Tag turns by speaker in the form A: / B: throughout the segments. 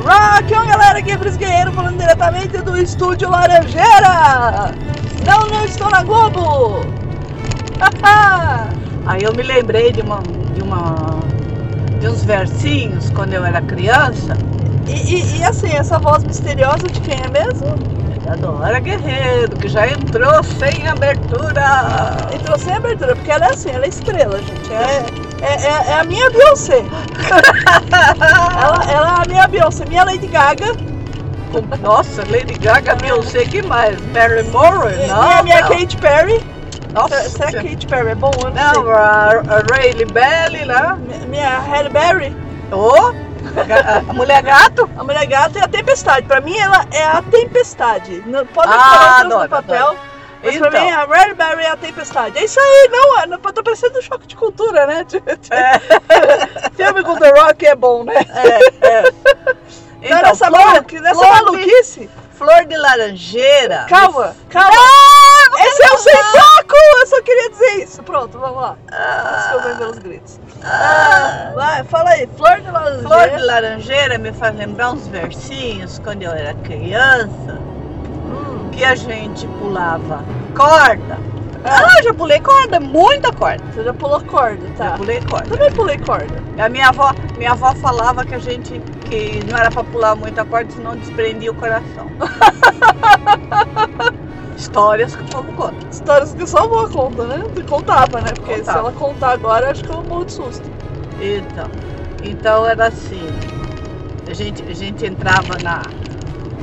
A: Rock on, galera! Aqui é Cris Guerreiro falando diretamente do Estúdio Laranjeira! Não, não estou na Globo! Aí eu me lembrei de uma, de uma de uns versinhos quando eu era criança. E, e- e, assim, essa voz misteriosa de quem é mesmo? É da Dora Guerreiro, que já entrou sem abertura!
B: Entrou sem abertura, porque ela é assim, ela é estrela, gente. É, é, é, é a minha Beyoncé. Ela, ela é a minha Beyoncé, minha Lady Gaga.
A: Nossa, Lady Gaga, Beyoncé, que mais? Mary Moore?
B: e
A: Não,
B: a minha
A: não.
B: Kate Perry.
A: Nossa.
B: Será que Kate Perry é bom? Eu não
A: Não, a, a Rayleigh Belly lá.
B: sei. Mi- Minha Halle Berry.
A: Ô, ga- a mulher gato.
B: A mulher gata é a tempestade. Pra mim, ela é a tempestade. Não, pode
A: Ah,
B: falar tudo
A: adoro,
B: no papel. Mas pra
A: Então.
B: mim, a Red Berry é a tempestade. É isso aí, não. é- não- Tá parecendo um choque de cultura, né?
A: É,
B: Filme com The Rock é bom, né? é
A: então, Ah,
B: nessa
A: flor,
B: maluqui- nessa
A: flor de-
B: maluquice.
A: flor de laranjeira.
B: Calma, calma.
A: Ah,
B: Esse é o sem foco! Eu só queria dizer isso. Pronto, vamos lá. Desculpem pelos gritos.
A: Ah,
B: Vai, fala aí. Flor de laranjeira.
A: flor de laranjeira me faz lembrar uns versinhos quando eu era criança.
B: Hum.
A: Que a gente pulava corda. Ah, eu já pulei corda, muita corda.
B: Você já pulou corda,
A: Já
B: tá?
A: pulei corda.
B: Também pulei corda.
A: A minha avó, minha avó falava que a gente que não era pra pular muita corda, senão desprendia o coração. Histórias que o povo conta.
B: Histórias que só a avó conta, né? Contava, né? Porque se
A: Contava.
B: ela contar agora, acho que eu morro de susto.
A: Então, então era assim. A gente, a gente entrava na.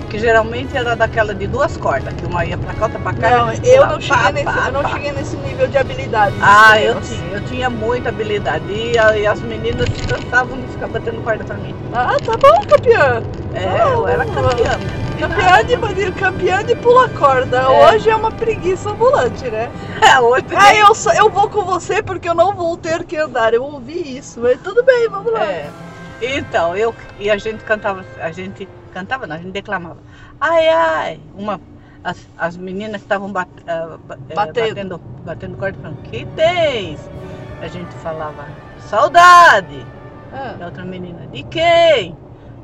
A: Que geralmente era daquela de duas cordas, que uma ia pra cá, outra pra cá.
B: Não,
A: e a gente
B: eu
A: pulava,
B: não,
A: pá,
B: cheguei nesse,
A: pá,
B: eu não
A: pá.
B: cheguei nesse nível de habilidades.
A: Ah,
B: assim,
A: eu tinha, eu tinha muita habilidade. E, a- e as meninas se cansavam de ficar batendo corda pra mim.
B: Ah, tá bom, campeã.
A: É,
B: Ah,
A: eu era
B: ah,
A: campeã. né?
B: Campeã de bandido, campeã de pula corda.
A: É.
B: Hoje é uma preguiça ambulante, né?
A: É, hoje
B: Ah, eu, só- eu vou com você porque eu não vou ter que andar. Eu ouvi isso, mas tudo bem, vamos lá.
A: É. Então, eu e a gente cantava, a gente cantava, não, a gente declamava. Ai, ai, uma as, as meninas estavam bat, ah, ba- eh,
B: Batendo.
A: batendo, batendo corda, falando, que tens? A gente falava, saudade.
B: Ah.
A: E a outra menina, de quem?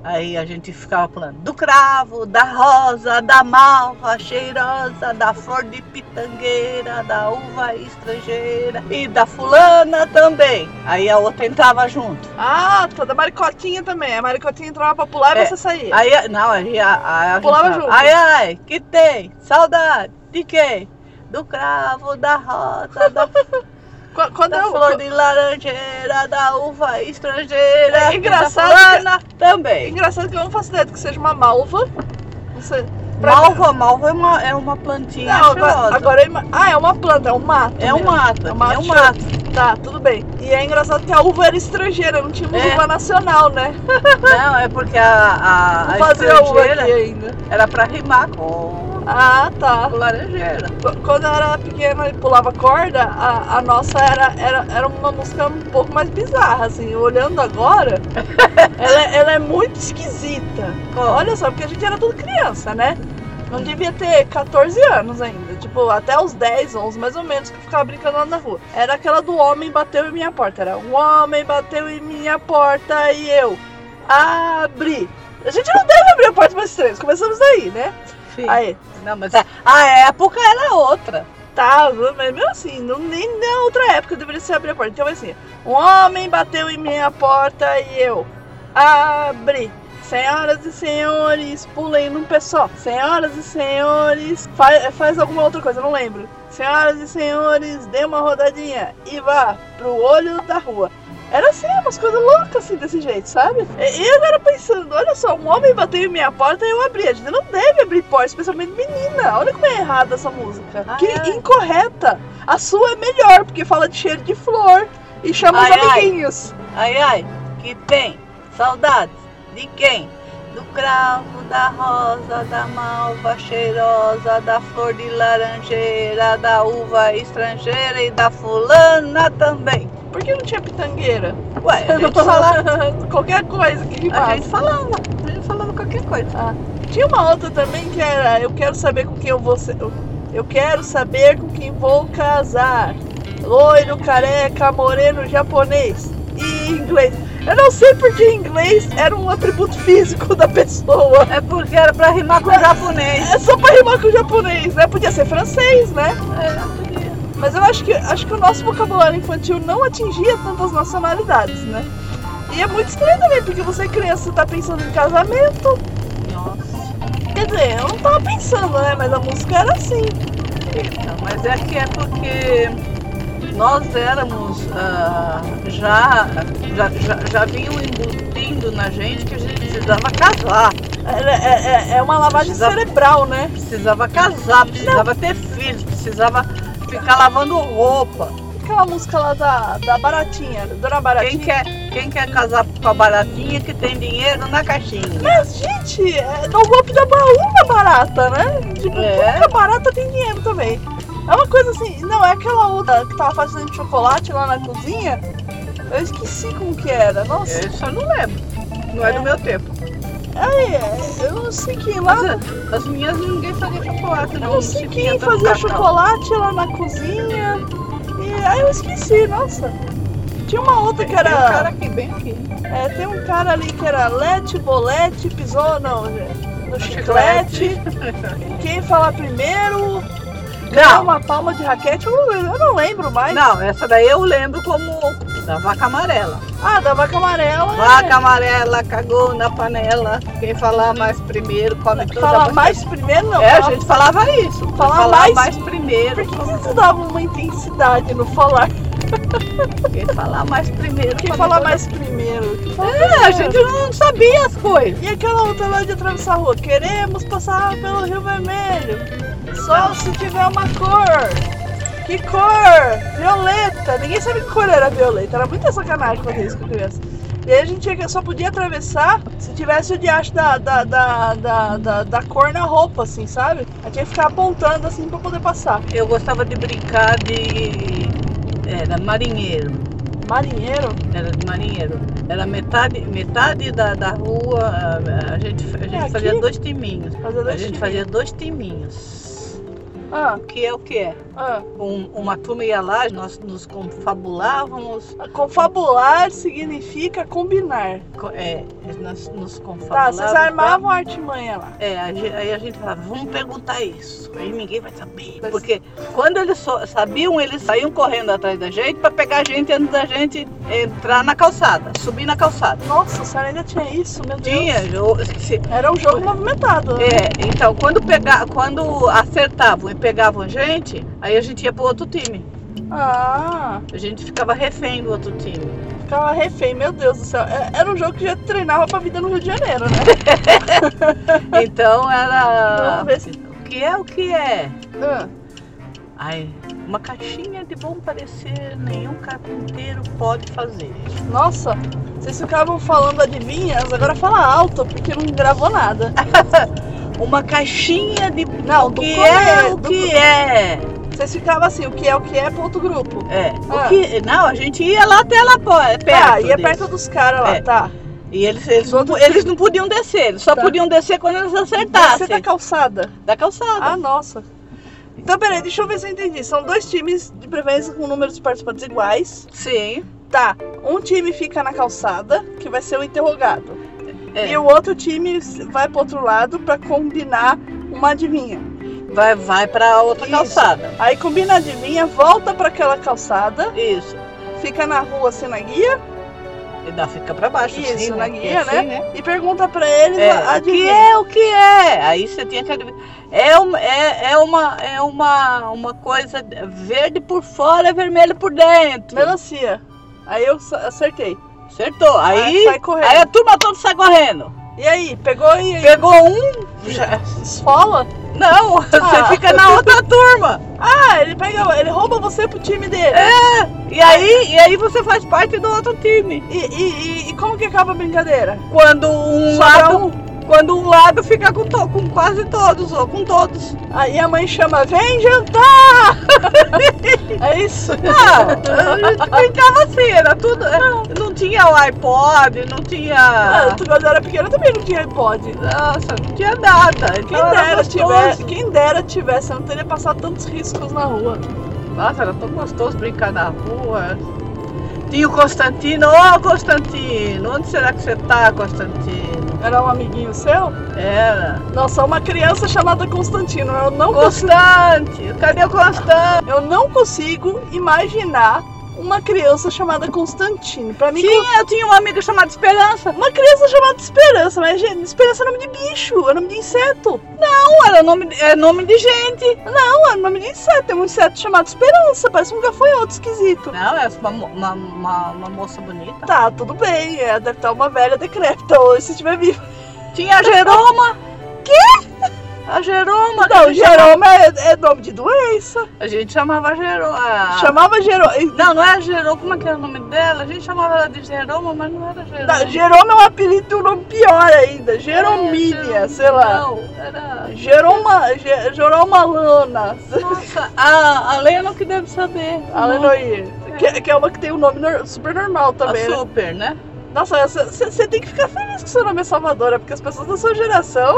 A: Aí a gente ficava falando, do cravo, da rosa, da malva cheirosa, da flor de pitangueira, da uva estrangeira e da fulana também. Aí a outra entrava junto.
B: Ah, tá, da maricotinha também. A maricotinha entrava pra pular e
A: É.
B: você saía.
A: Aí, não, aí, a- a- a-
B: Pulava
A: a-
B: junto.
A: Ai, ai, que tem? Saudade. De quem? Do cravo, da rosa, da,
B: Qu- Quando
A: da
B: eu,
A: flor Tá de laranjeira, da uva estrangeira.
B: É
A: e
B: engraçado
A: Da fulana também.
B: Engraçado que eu não faço ideia do que seja uma malva. Não sei. pra-
A: Malva, malva é uma, é uma plantinha
B: Não,
A: cheirosa.
B: agora, agora eu ima- Ah, é uma planta, é um mato.
A: é um
B: mesmo.
A: mato,
B: É um mato
A: é um mato.
B: Tá, tudo bem. E é engraçado que a uva era estrangeira, não tínhamos
A: É.
B: uva nacional, né?
A: Não, é porque a, a, a
B: Vou fazer a uva aqui
A: Ah, estrangeira
B: ainda.
A: era pra rimar com
B: Ah, tá.
A: a laranjeira.
B: Qu- Quando eu era pequena e pulava corda, a, a nossa era, era, era uma música um pouco mais bizarra, assim. Olhando agora, ela, ela é muito esquisita. Olha só, porque a gente era tudo criança, né? Não devia ter 14 anos ainda. Tipo, até os 10, 11 mais ou menos, que eu ficava brincando lá na rua. Era aquela do homem bateu em minha porta. Era um homem bateu em minha porta e eu abri. A gente não deve abrir a porta para estranhos. Começamos daí, né?
A: Sim.
B: Aí,
A: Não, mas a, a época era outra.
B: tava, mas mesmo assim, não, nem na outra época eu deveria se abrir a porta. Então, assim, um homem bateu em minha porta e eu abri. Senhoras e senhores, pulei num pessoal. Senhoras e senhores, faz, faz alguma outra coisa, não lembro. Senhoras e senhores, dê uma rodadinha e vá pro olho da rua. Era assim, umas coisas loucas assim, desse jeito, sabe? E e eu agora pensando, olha só, um homem bateu em minha porta e eu abri. A gente não deve abrir porta, especialmente menina. Olha como é errada essa música.
A: Ah,
B: que
A: é?
B: incorreta. A sua é melhor, porque fala de cheiro de flor e chama
A: Ai,
B: os
A: ai.
B: amiguinhos.
A: Ai, ai, que tem saudades de quem? Do cravo, da rosa, da malva cheirosa, da flor de laranjeira, da uva estrangeira e da fulana também.
B: Por que não tinha pitangueira?
A: Ué, a
B: Eu
A: gente
B: tô
A: falava,
B: falando qualquer coisa que
A: a
B: rimasse.
A: gente falava, a gente falava qualquer coisa.
B: Tinha uma outra também que era Eu quero saber com quem eu vou ser. eu- Eu quero saber com quem vou casar. Loiro, careca, moreno, japonês e inglês. Eu não sei porque inglês era um atributo físico da pessoa.
A: É porque era pra rimar com o japonês.
B: É só pra rimar com japonês, né? Podia ser francês, né? Mas eu acho que, acho que o nosso vocabulário infantil não atingia tantas nacionalidades, né? E é muito estranho também, porque você é criança, você tá pensando em casamento, é.
A: Nossa,
B: Quer dizer, eu não tava pensando, né? Mas a música era assim.
A: então, mas é que é porque nós éramos ah, já, já, já, já vinham embutindo na gente que a gente precisava casar.
B: Era- É, é, é uma lavagem
A: Precisava-
B: cerebral, né?
A: precisava casar, precisava ter filhos, precisava ficar lavando roupa.
B: Aquela música lá da, da Baratinha, da Dona
A: Quem é?
B: Baratinha.
A: quer, quem quer casar com a baratinha que tem dinheiro na caixinha?
B: Mas, gente, é, no golpe da baúna barata, né? Tipo,
A: É.
B: é. barata tem dinheiro também. É uma coisa assim, não, é aquela outra que tava fazendo chocolate lá na cozinha. Eu esqueci como que era. Nossa,
A: Eu só não lembro. Não é do meu tempo.
B: é, é, eu não sei quem lá.
A: Mas é, as minhas ninguém fazia chocolate, não.
B: Eu não sei
A: se
B: quem
A: tinha tanto
B: fazia
A: cartão.
B: chocolate lá na cozinha. E aí eu esqueci, nossa. Tinha uma outra que
A: Tem um cara
B: era.
A: aqui, bem aqui.
B: é, tem um cara ali que era Lete, Bolete, pisou no, no chiclete. Quem falar primeiro ganha
A: Não,
B: uma palma de raquete. Eu não, eu não lembro mais.
A: não, essa daí eu lembro como da vaca amarela.
B: Ah, da vaca amarela. é.
A: Vaca amarela cagou na panela. Quem falar mais primeiro come toda a
B: Falar
A: panela.
B: mais primeiro não.
A: É, a
B: Falar-
A: gente falava isso.
B: Falar mais-
A: mais, primeiro.
B: Por que vocês davam uma intensidade no falar?
A: Porque falar mais primeiro.
B: Quem
A: quando
B: falar
A: todo-
B: mais primeiro? Quem falar
A: É, a gente não sabia as coisas.
B: E aquela outra lá de atravessar a rua, queremos passar pelo Rio Vermelho. Só se tiver uma cor. Que cor? Violeta. Ninguém sabia que cor era violeta. Era muita sacanagem fazer isso com criança. E aí a gente tinha que- só podia atravessar se tivesse o diacho da, da, da, da, da, da cor na roupa, assim, sabe? Aí tinha que ficar apontando assim pra poder passar.
A: Eu gostava de brincar de. Era marinheiro.
B: Marinheiro?
A: Era de marinheiro. Era metade, metade da, da rua. a- A gente, a gente
B: É, aqui?
A: fazia dois timinhos.
B: Fazer
A: A
B: dois
A: gente
B: times.
A: fazia dois timinhos.
B: tipo Ah,
A: O que é o que é?
B: ah.
A: Um- uma turma ia lá, nós nos confabulávamos.
B: Confabular significa combinar.
A: co- É, nós nos
B: Tá,
A: confabulávamos.
B: vocês armavam a artimanha lá.
A: É, a ge- aí a gente falava, vamos perguntar isso. Aí ninguém vai saber.
B: Mas-
A: Porque quando eles so- sabiam, eles saíam correndo atrás da gente pra pegar a gente antes da gente entrar na calçada, subir na calçada.
B: Nossa, a senhora ainda tinha isso, meu Deus.
A: Tinha, eu esqueci.
B: Era um jogo movimentado. né?
A: É, então quando, pega, quando acertavam e pegavam a gente, aí a gente ia pro outro time.
B: Ah,
A: A gente ficava refém do outro time.
B: ficava refém, meu Deus do céu. É- Era um jogo que já treinava pra vida no Rio de Janeiro, né?
A: Então era.
B: Vamos ver se.
A: O que é o que é?
B: Ah,
A: Ai, uma caixinha de bom parecer, nenhum carpinteiro pode fazer.
B: nossa, vocês ficavam falando adivinhas, agora fala alto, porque não gravou nada.
A: Uma caixinha de
B: Não,
A: O
B: do
A: que é
B: começo,
A: o
B: do-
A: que é?
B: Vocês ficavam assim, o que é, o que é, ponto grupo.
A: É.
B: Ah.
A: O que... Não, a gente ia lá até lá po- é perto.
B: tá, ia
A: deles.
B: perto dos caras lá,
A: É.
B: tá.
A: E eles, eles, não, po- eles não podiam descer, eles só
B: Tá.
A: podiam descer quando eles
B: Você
A: acertassem.
B: da calçada.
A: Da calçada.
B: Ah, nossa. Então, peraí, deixa eu ver se eu entendi. São dois times de preferência com números de participantes iguais.
A: Sim.
B: Tá, um time fica na calçada, que vai ser o interrogado.
A: É.
B: E o outro time vai pro outro lado pra combinar uma adivinha.
A: Vai, vai pra outra
B: Isso.
A: calçada.
B: Aí combina a adivinha, volta pra aquela calçada,
A: Isso.
B: fica na rua assim na guia
A: E dá, fica pra baixo.
B: Isso,
A: assim,
B: na
A: né?
B: guia,
A: Assim,
B: e pergunta pra eles
A: É,
B: a
A: o que
B: adivinha.
A: é, o que é? Aí você tinha que adivinhar. É, um- é, é, uma, é uma, uma coisa verde por fora, vermelho por dentro.
B: Melancia. Aí eu sa- acertei.
A: Acertou. Aí,
B: sai correndo.
A: aí a turma toda sai correndo.
B: E aí, pegou e aí,
A: Pegou um. já-
B: esfola?
A: Não,
B: Ah.
A: você fica na outra turma.
B: Ah, ele pega, ele rouba você pro time dele.
A: É. E aí, e aí você faz parte do outro time.
B: E, e- e- e como que acaba a brincadeira?
A: Quando um
B: Sobra
A: lado. Quando um lado fica com, to- com quase todos, ou com todos.
B: Aí a mãe chama, vem jantar! é isso.
A: Não, Ah, eu brincava assim, era tudo. Não tinha o iPod, não
B: Ah,
A: tinha.
B: tu, quando eu era pequena também não tinha iPod.
A: Nossa, não tinha nada. Então
B: Quem
A: era
B: dera,
A: gostoso.
B: tivesse, quem dera tivesse, eu não teria passado tantos riscos na rua.
A: Nossa, era tão gostoso brincar na rua. Tinha o Constantino, ô Constantino, onde será que você tá, Constantino?
B: Era um amiguinho seu?
A: Era.
B: Nossa, uma criança chamada Constantino. Eu não,
A: Constante, cadê o Constante?
B: eu não consigo imaginar uma criança chamada Constantino. Pra mim,
A: Sim, eu tinha uma amiga chamada Esperança.
B: uma criança chamada Esperança, mas gente, Esperança é nome de bicho, é nome de inseto.
A: Não, era nome, de- é nome de gente.
B: Não, é nome de inseto, tem um inseto chamado Esperança, parece um gafanhoto esquisito.
A: Não, é uma, mo- uma, uma, uma moça bonita.
B: Tá, tudo bem, é, deve estar uma velha decrépita hoje se estiver viva.
A: Tinha a Jeroma. Quê? A Jeroma.
B: Ah, Não,
A: a gente chamava-
B: Jeroma é, é nome de doença.
A: A gente chamava Jeroma.
B: Chamava Jeroma.
A: Não, não era Jeroma, como é que era o nome dela? A gente chamava ela de Jeroma, mas não era Jeroma.
B: Não, Jeroma é um apelido de um nome pior ainda. Jeromínia,
A: Jeromínia,
B: sei lá.
A: Não, era.
B: Jeroma, Ge- Jeroma Lana.
A: Nossa, a, a Lena que deve saber.
B: Aleluia. Que, que é uma que tem um nome nor- super normal também.
A: A
B: né?
A: super, né?
B: Nossa, você tem que ficar feliz que seu nome é Salvadora, porque as pessoas da sua geração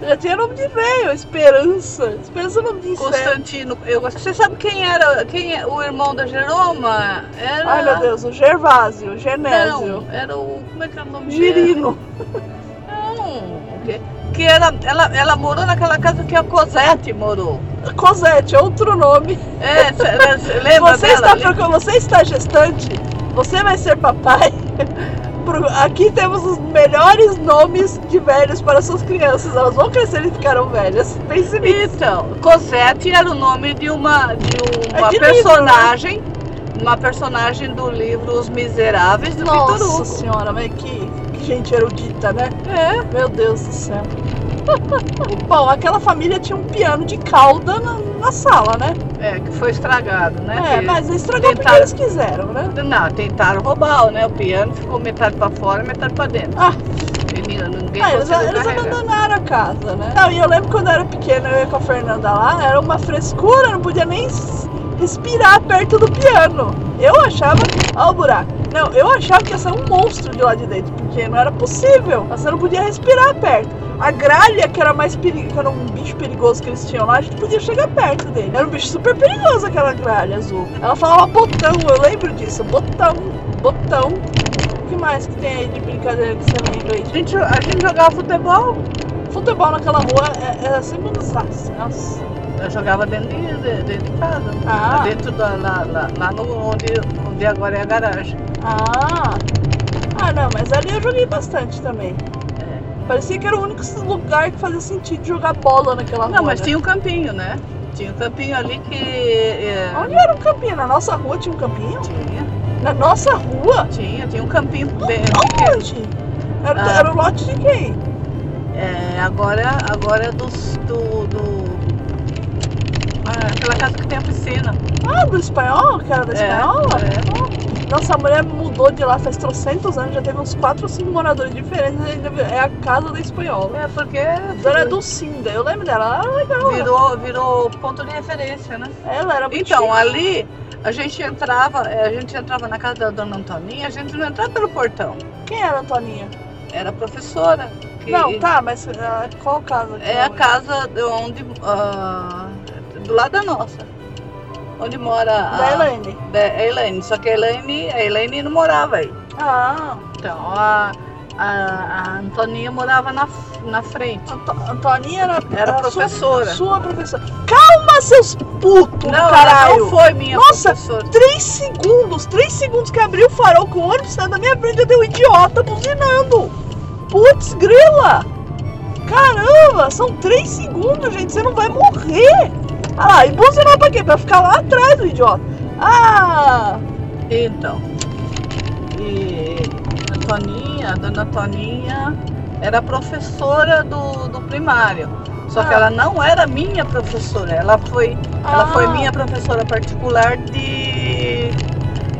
B: né, já tinham nome de velho, Esperança. Esperança é nome de inseto.
A: Constantino. Eu, gosto- você sabe quem era quem é o irmão da Jeroma? Era.
B: Ai meu Deus, o Gervásio, o Genésio,
A: Não, era o. Como é que era o nome dele?
B: Girino.
A: Não. Que, que era, ela, ela morou naquela casa que a Cosette morou.
B: Cosette, outro nome.
A: É, cê- né, cê lembra
B: Você
A: dela?
B: está, procurando- você está gestante? Você vai ser papai? Pro- Aqui temos os melhores nomes de velhos para suas crianças. Elas vão crescer e ficarão velhas. Pense nisso.
A: Então, Cosette era o nome de uma, de uma
B: É de livro, né?
A: personagem, uma personagem do livro Os Miseráveis do Vitor
B: Nossa
A: Hugo.
B: senhora, mas que, que gente erudita, né?
A: É,
B: Meu Deus do céu. Bom, aquela família tinha um piano de cauda na, na sala, né?
A: é, que foi estragado, né?
B: É,
A: Que-
B: mas estragou porque
A: tentaram.
B: eles quiseram, né?
A: Não, tentaram roubar, né? O piano ficou metade pra fora, metade pra dentro.
B: Ah.
A: Menina, ninguém
B: Ah, eles,
A: conseguiu
B: eles
A: carregar.
B: abandonaram a casa, né? Não, e eu lembro quando eu era pequena, eu ia com a Fernanda lá, era uma frescura, não podia nem s- respirar perto do piano. Eu achava. Ó, o buraco. Não, eu achava que ia ser um monstro de lá de dentro, porque não era possível. Você não podia respirar perto. A gralha, que era mais perigo, que era um bicho perigoso que eles tinham lá, a gente podia chegar perto dele. Era um bicho super perigoso aquela gralha azul. Ela falava botão, eu lembro disso. Botão, botão. O que mais que tem aí de brincadeira que você lembra aí?
A: A gente, a gente jogava futebol,
B: Futebol naquela rua é- era sempre um desastre. Nossa.
A: eu jogava dentro de, de- dentro de casa. Tá
B: Ah,
A: Dentro da, lá, lá, lá no, onde, onde agora é a garagem.
B: ah. Ah, não, mas ali eu joguei bastante também.
A: É.
B: Parecia que era o único lugar que fazia sentido jogar bola naquela rua.
A: Não, mas
B: né?
A: tinha um campinho, né? Tinha um campinho ali que. é,
B: Onde era um campinho? Na nossa rua tinha um campinho?
A: tinha,
B: Na nossa rua?
A: tinha, tinha um campinho bem.
B: Aonde? Era,
A: É. Ah.
B: era o lote de quem?
A: É, agora, agora é dos. do. do ah, aquela casa que tem a piscina.
B: Ah, do espanhol? Que era da espanhola?
A: É, é.
B: Nossa, a mulher mudou de lá faz trocentos anos, já teve uns 4 ou 5 moradores diferentes, ainda é a casa da espanhola.
A: É, porque
B: Dona Dulcinda, eu lembro dela, ela era legal.
A: virou, virou ponto de referência, né?
B: Ela era muito
A: Então, ali a gente entrava, eh, a gente entrava na casa da dona Antoninha, a gente não entrava pelo portão.
B: Quem era a Antoninha?
A: Era a professora. que-
B: Não, tá, mas ah, qual casa? que
A: É
B: ela
A: a casa de onde. ah, do lado da nossa. Onde mora a.
B: Da Elaine.
A: da- a Elaine. Só que a Elaine, a Elaine não morava aí.
B: Ah,
A: Então a, a, a Antoninha morava na, f- na frente.
B: Anto Antoninha era,
A: Era
B: a
A: professora.
B: Sua, sua professora. Calma, seus putos,
A: não, ela não
B: caralho!
A: foi minha
B: Nossa,
A: professora.
B: Três segundos, três segundos que abriu o farol com o ônibus saiu da minha frente, eu dei um idiota buzinando. Putz, grila! Caramba, são três segundos, gente, você não vai morrer! Ah lá, e buzinar pra quê? Pra ficar lá atrás, o idiota. Ah,
A: Então. E a Toninha, a dona Toninha, era professora do, do primário. Só que
B: Ah.
A: ela não era minha professora, ela foi, ela
B: Ah.
A: foi minha professora particular de,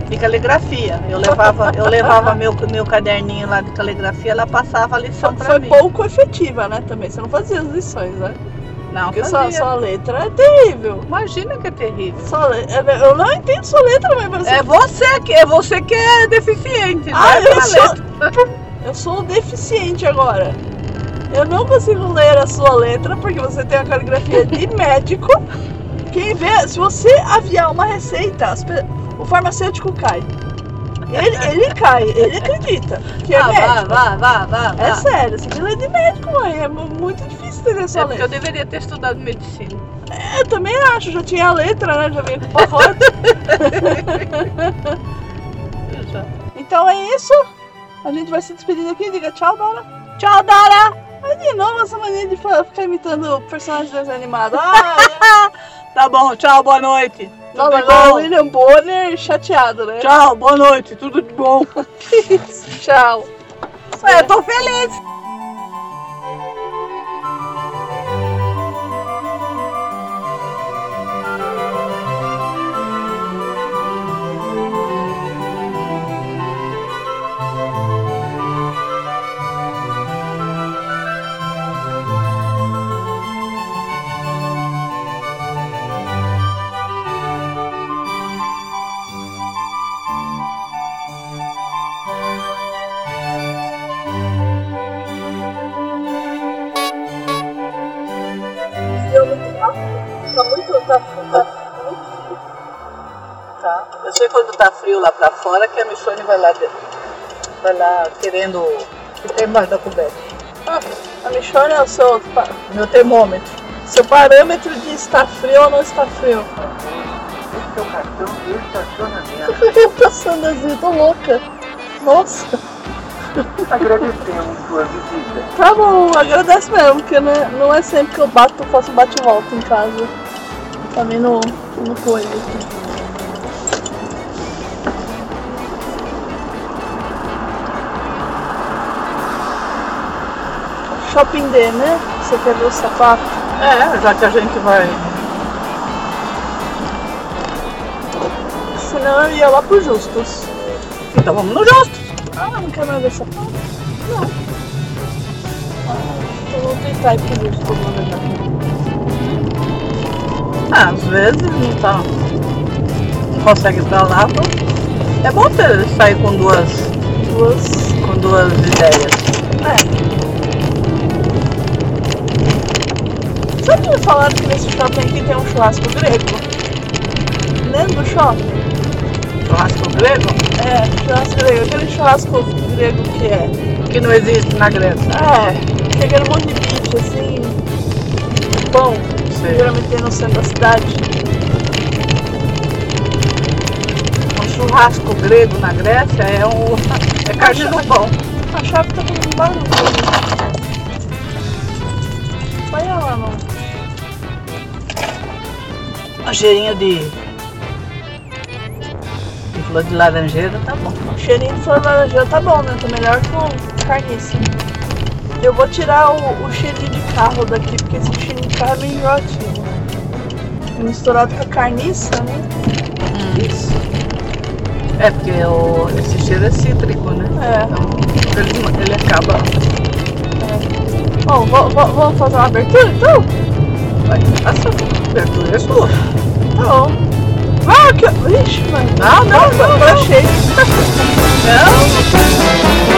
A: de caligrafia. Eu levava, eu levava meu, meu caderninho lá de caligrafia, ela passava a
B: Só
A: lição
B: que
A: pra
B: foi
A: mim.
B: pouco efetiva, né? Também. Você não fazia as lições, né?
A: Não,
B: Porque sua,
A: fazia.
B: sua letra é terrível.
A: Imagina que é terrível.
B: Sua le- né, Eu não entendo sua letra, mas você
A: É você que é você que é deficiente. não
B: Ah,
A: é
B: eu
A: minha
B: sou-
A: letra.
B: Eu sou um deficiente agora. Eu não consigo ler a sua letra porque você tem a caligrafia de médico. Quem vê, se você aviar uma receita, as pe- o farmacêutico cai. Ele, ele cai, ele acredita que é
A: Ah, vá,
B: médico.
A: vá, vá, vá, vá.
B: É sério, você lê de médico, mãe. É mu- muito difícil ter a sua
A: É porque eu
B: letra.
A: deveria ter estudado medicina.
B: Eu também acho, já tinha a letra, né? Já vinha com o pacote. Então é isso. A gente vai se despedindo aqui. Diga tchau, Dora.
A: Tchau, Dora!
B: Mas de novo essa mania de fa- ficar imitando personagens desanimados. Ah,
A: Tá bom, tchau, boa noite. Tudo
B: Nossa,
A: de
B: agora o
A: bom.
B: William Bonner chateado, né?
A: Tchau, boa noite, tudo de bom.
B: Tchau.
A: É, eu tô feliz.
B: Tá muito, tá,
A: Tá. Eu sei quando tá frio lá pra fora que a Michone vai lá, de- vai lá querendo o que tem mais da coberta.
B: A Michonne é o seu, pa-
A: Meu termômetro.
B: seu parâmetro de estar frio ou não estar frio.
A: Esse é o cartão do estacionamento.
B: Eu passando assim, tô louca. Nossa.
A: Agradecemos sua visita.
B: Tá bom, agradece mesmo, porque não é, não é sempre que eu bato, eu faço bate-volta em casa. Também no, no coisa aqui. Shopping D, né? Você quer ver o sapato?
A: É, já que a gente vai.
B: Senão eu ia lá pro Justus.
A: Então vamos no justo.
B: Ah, não quero mais ver sapato? Não. Ah, eu vou tentar ir pro Justus, na verdade.
A: Ah, às vezes não tá. Não consegue ir pra lá. mas É bom ter, sair com duas,
B: Duas
A: com duas ideias.
B: É. Sabe que me falaram que nesse shopping aqui tem um churrasco grego? Lembra do shopping?
A: Churrasco grego,
B: É, churrasco grego. Aquele churrasco grego que é.
A: que não existe na Grécia. Ah,
B: É, tem aquele monte de bicho assim, pão,
A: Não
B: que
A: sei.
B: geralmente tem no centro da cidade.
A: Um churrasco grego na Grécia é um. É carne no pão.
B: A chave tá com um barulho. Olha lá, mano.
A: Um cheirinho de. de flor de laranjeira, tá bom.
B: O cheirinho de flor de laranjeira tá bom, né? Tá melhor que o carniça. Eu vou tirar o, o cheirinho de carro daqui, porque esse cheirinho de carro é meio enjoativo. Misturado com a carniça, né?
A: Isso. É porque o- esse cheiro é cítrico, né?
B: É.
A: Então ele, ele acaba.
B: Bom, vo- vo- vamos fazer uma abertura então?
A: Vai, essa abertura é sua.
B: Tá bom. Ah, que... Ixi, mano.
A: Não, não, não,
B: Eu achei.
A: não.